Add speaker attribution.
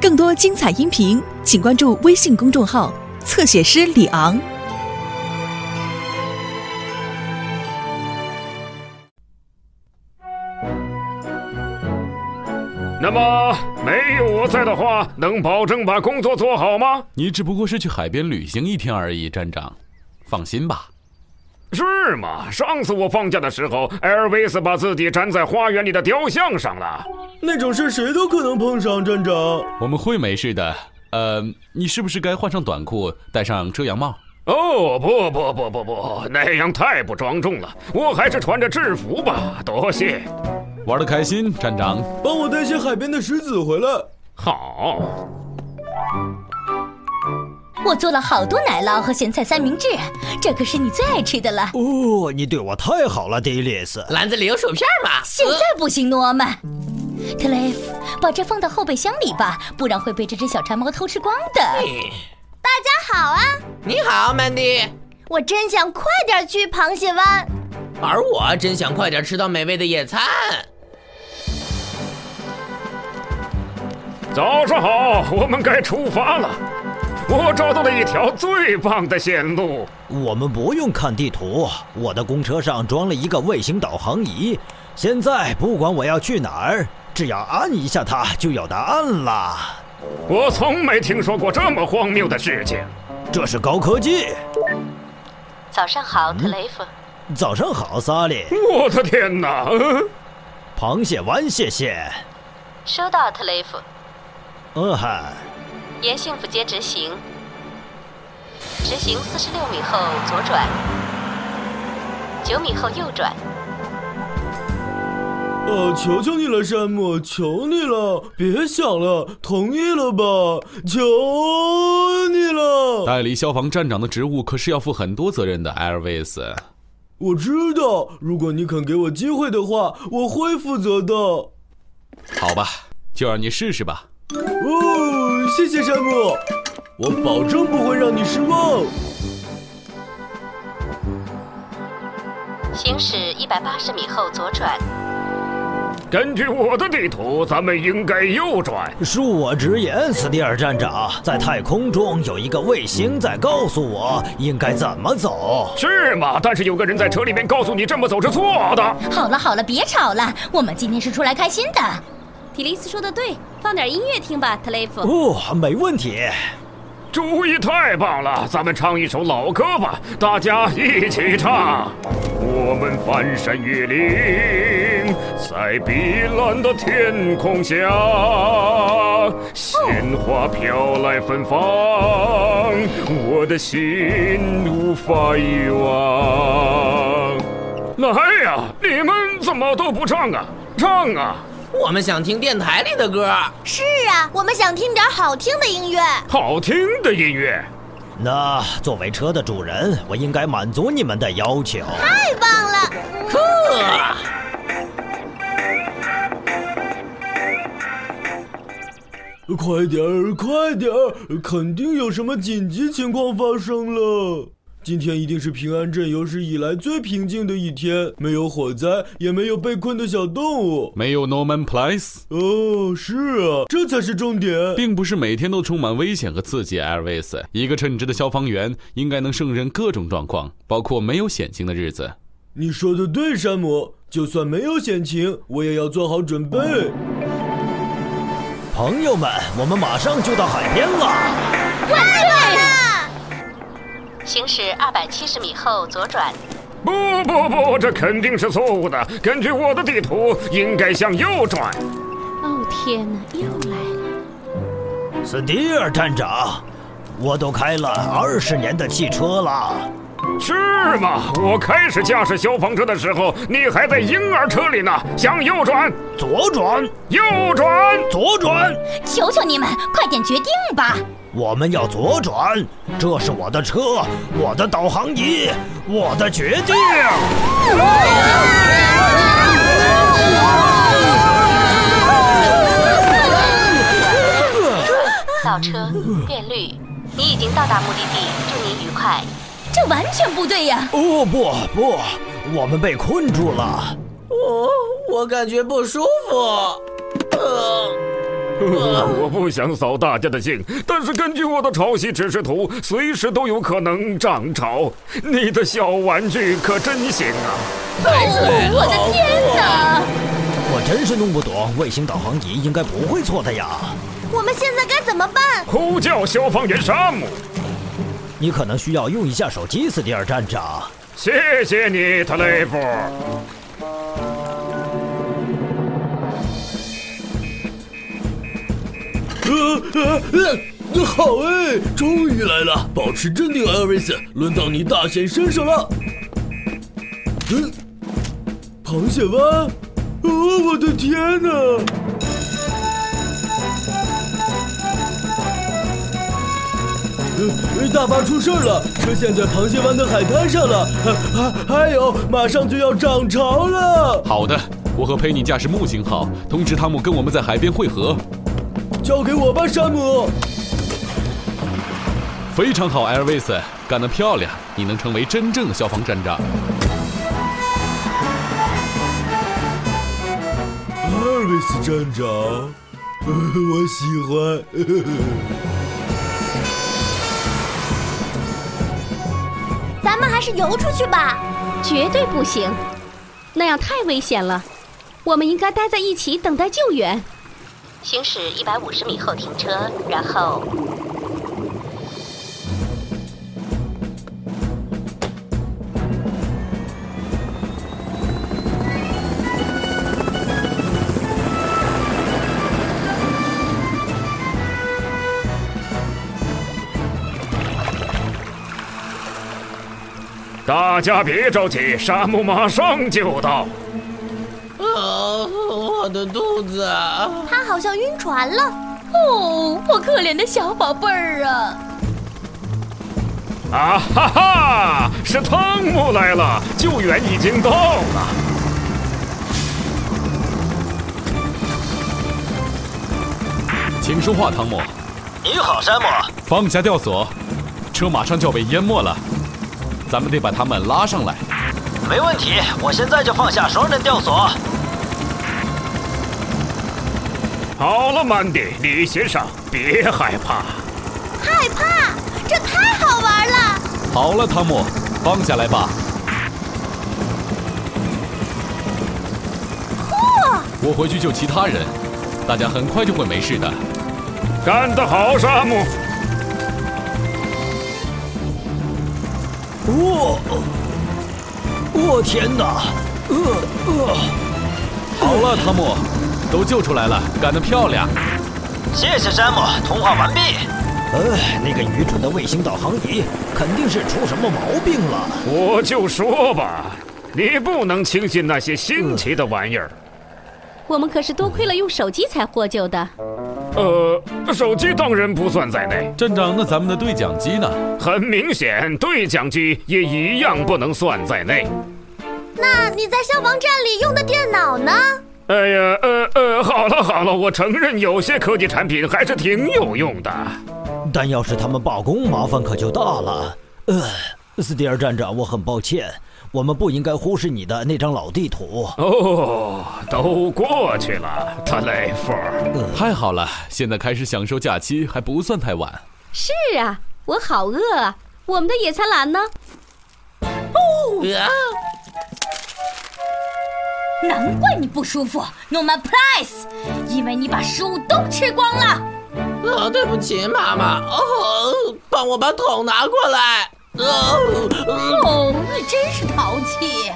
Speaker 1: 更多精彩音频，请关注微信公众号“侧写师李昂
Speaker 2: 那么没有我在的话，能保证把工作做好吗？
Speaker 3: 你只不过是去海边旅行一天而已，站长，放心吧。
Speaker 2: 是吗？上次我放假的时候，艾尔维斯把自己粘在花园里的雕像上了。
Speaker 4: 那种事谁都可能碰上，站长。
Speaker 3: 我们会没事的。呃，你是不是该换上短裤，戴上遮阳帽？
Speaker 2: 哦，不不不不不，那样太不庄重了，我还是穿着制服吧。多谢。
Speaker 3: 玩的开心，站长。
Speaker 4: 帮我带些海边的石子回来。
Speaker 2: 好，
Speaker 5: 我做了好多奶酪和咸菜三明治，这可是你最爱吃的了。
Speaker 6: 呃
Speaker 7: 哦，你对我太好了，Dillis。
Speaker 6: 篮子里有薯片吗？
Speaker 5: 现在不行，诺曼。特雷弗，把这放到后备箱里吧，不然会被这只小馋猫偷吃光的。
Speaker 8: 大家好啊！
Speaker 6: 你好，Mandy。
Speaker 8: 我真想快点去螃蟹湾。
Speaker 6: 而我真想快点吃到美味的野餐。
Speaker 2: 早上好，我们该出发了。我找到了一条最棒的线路。
Speaker 7: 我们不用看地图，我的公车上装了一个卫星导航仪。现在不管我要去哪儿，只要按一下它就有答案啦。
Speaker 2: 我从没听说过这么荒谬的事情。
Speaker 7: 这是高科技。
Speaker 9: 早上好，特雷弗。
Speaker 7: 早上好，萨利。
Speaker 2: 我的天哪！嗯
Speaker 7: 螃蟹湾，谢谢。
Speaker 9: 收到，特雷弗。
Speaker 7: 嗯哈，
Speaker 9: 沿幸福街直行，直行四十六米后左转，九米后右转。
Speaker 4: 呃，求求你了，山姆，求你了，别想了，同意了吧？求你了！
Speaker 3: 代理消防站长的职务可是要负很多责任的，艾尔维斯。
Speaker 4: 我知道，如果你肯给我机会的话，我会负责的。哦，
Speaker 3: 好吧，就让你试试吧。
Speaker 4: 谢谢山姆，我保证不会让你失望。
Speaker 9: 行驶一百八十米后左转，
Speaker 2: 根据我的地图，咱们应该右转。
Speaker 7: 恕我直言，斯蒂尔站长，在太空中有一个卫星在告诉我应该怎么走。
Speaker 2: 是吗？但是有个人在车里面告诉你这么走是错的。
Speaker 5: 好了好了，别吵了，我们今天是出来开心的。
Speaker 8: 提利斯说的对，放点音乐听吧，特雷弗。
Speaker 7: 哦，没问题。
Speaker 2: 主意太棒了，咱们唱一首老歌吧，大家一起唱。我们翻山越岭，在碧蓝的天空下，鲜花飘来芬芳，我的心无法遗忘。来哎呀、你们怎么都不唱啊？唱啊！
Speaker 6: 我们想听电台里的歌。
Speaker 8: 是啊，我们想听点好听的音乐。
Speaker 2: 好听的音乐。
Speaker 7: 那作为车的主人，我应该满足你们的要求。
Speaker 8: 太棒了！
Speaker 6: 呵，
Speaker 4: 快点儿，快点儿，肯定有什么紧急情况发生了。今天一定是平安镇有史以来最平静的一天，没有火灾，也没有被困的小动物。
Speaker 3: 没有 Norman Place，
Speaker 4: 哦，是啊，这才是重点。
Speaker 3: 并不是每天都充满危险和刺激。艾尔维斯，一个称职的消防员应该能胜任各种状况，包括没有险情的日子。
Speaker 4: 你说的对，山姆，就算没有险情，我也要做好准备。
Speaker 7: 朋友们，我们马上就到海边了。
Speaker 9: 行驶二百七十米后左转，
Speaker 2: 不不不，这肯定是错误的。根据我的地图，应该向右转。
Speaker 8: 哦天哪，又来了！
Speaker 7: 斯蒂尔站长，我都开了二十年的汽车了。
Speaker 2: 是吗？我开始驾驶消防车的时候，你还在婴儿车里呢。向右转，
Speaker 7: 左转，
Speaker 2: 右转。
Speaker 7: 左转，
Speaker 5: 求求你们，快点决定吧！
Speaker 7: 我们要左转。这是我的车，我的导航仪，我的决定。
Speaker 9: 倒车，变绿。你已经到达目的地，祝您愉快。
Speaker 5: 这完全不对呀！
Speaker 7: 哦不不，我们被困住了。
Speaker 6: 我我感觉不舒服。呃，
Speaker 2: 呃我不想扫大家的兴，但是根据我的潮汐指示图，随时都有可能涨潮。你的小玩具可真行啊！
Speaker 6: 太
Speaker 5: 哦
Speaker 6: 水了！
Speaker 8: 我的天哪！
Speaker 7: 我真是弄不懂，卫星导航仪应该不会错的呀。
Speaker 8: 我们现在该怎么办？
Speaker 2: 呼叫消防员山姆，
Speaker 7: 你可能需要用一下手机，斯蒂尔站长。
Speaker 2: 谢谢你，特雷弗。
Speaker 4: 呃呃呃，好哎，终于来了！保持镇定，艾瑞斯，轮到你大显身手了。嗯，螃蟹湾，哦，我的天哪！呃呃，大巴出事儿了，车陷在螃蟹湾的海滩上了，还、啊、还、还有，马上就要涨潮了。
Speaker 3: 好的，我和佩妮驾驶木星号，通知汤姆跟我们在海边汇合。
Speaker 4: 交给我吧，山姆。
Speaker 3: 非常好，艾尔维斯，干得漂亮！你能成为真正的消防站长。
Speaker 4: 阿尔维斯站长，呃 我喜欢。呵呵
Speaker 8: 咱们还是游出去吧。
Speaker 9: 绝对不行，
Speaker 8: 那样太危险了。我们应该待在一起等待救援。
Speaker 9: 行驶一百五十米后停车，然后
Speaker 2: 大家别着急，山姆马上就到。
Speaker 6: 呃，我的肚子。哦
Speaker 8: 他好像晕船了。哦，我可怜的小宝贝儿啊！
Speaker 2: 啊哈哈，是汤姆来了，救援已经到了。
Speaker 3: 请说话，汤姆，
Speaker 7: 你好，山姆。
Speaker 3: 放下吊索，车马上就要被淹没了，咱们得把他们拉上来。
Speaker 7: 没问题，我现在就放下双人吊索。
Speaker 2: 好了，曼迪，你先上，别害怕。
Speaker 8: 害怕，这太好玩了！
Speaker 3: 好了，汤姆，放下来吧。我回去救其他人，大家很快就会没事的。
Speaker 2: 干得好，山姆！
Speaker 7: 我、我哦天哪！呃呃，
Speaker 3: 好了，汤姆，都救出来了，干得漂亮！
Speaker 7: 谢谢山姆，通话完毕。呃，那个愚蠢的卫星导航仪肯定是出什么毛病了。
Speaker 2: 我就说吧，你不能轻信那些新奇的玩意儿。
Speaker 8: 我们可是多亏了用手机才获救的。
Speaker 2: 呃，手机当然不算在内，
Speaker 3: 站长，那咱们的对讲机呢？
Speaker 2: 很明显，对讲机也一样不能算在内。
Speaker 8: 那你在消防站里用的电脑呢？
Speaker 2: 哎呀，呃呃，好了好了，我承认有些科技产品还是挺有用的。
Speaker 7: 但要是他们罢工，麻烦可就大了。呃，斯蒂尔站长，我很抱歉，我们不应该忽视你的那张老地图。
Speaker 2: 哦，都过去了，特雷弗尔。
Speaker 3: 太好了，现在开始享受假期还不算太晚。
Speaker 8: 是啊，我好饿啊！我们的野餐篮呢？
Speaker 6: 啊，
Speaker 5: 难怪你不舒服，Norman Price，因为你把食物都吃光了。
Speaker 6: 啊，对不起，妈妈。哦，帮我把桶拿过来。哦，
Speaker 5: 哦，你真是淘气。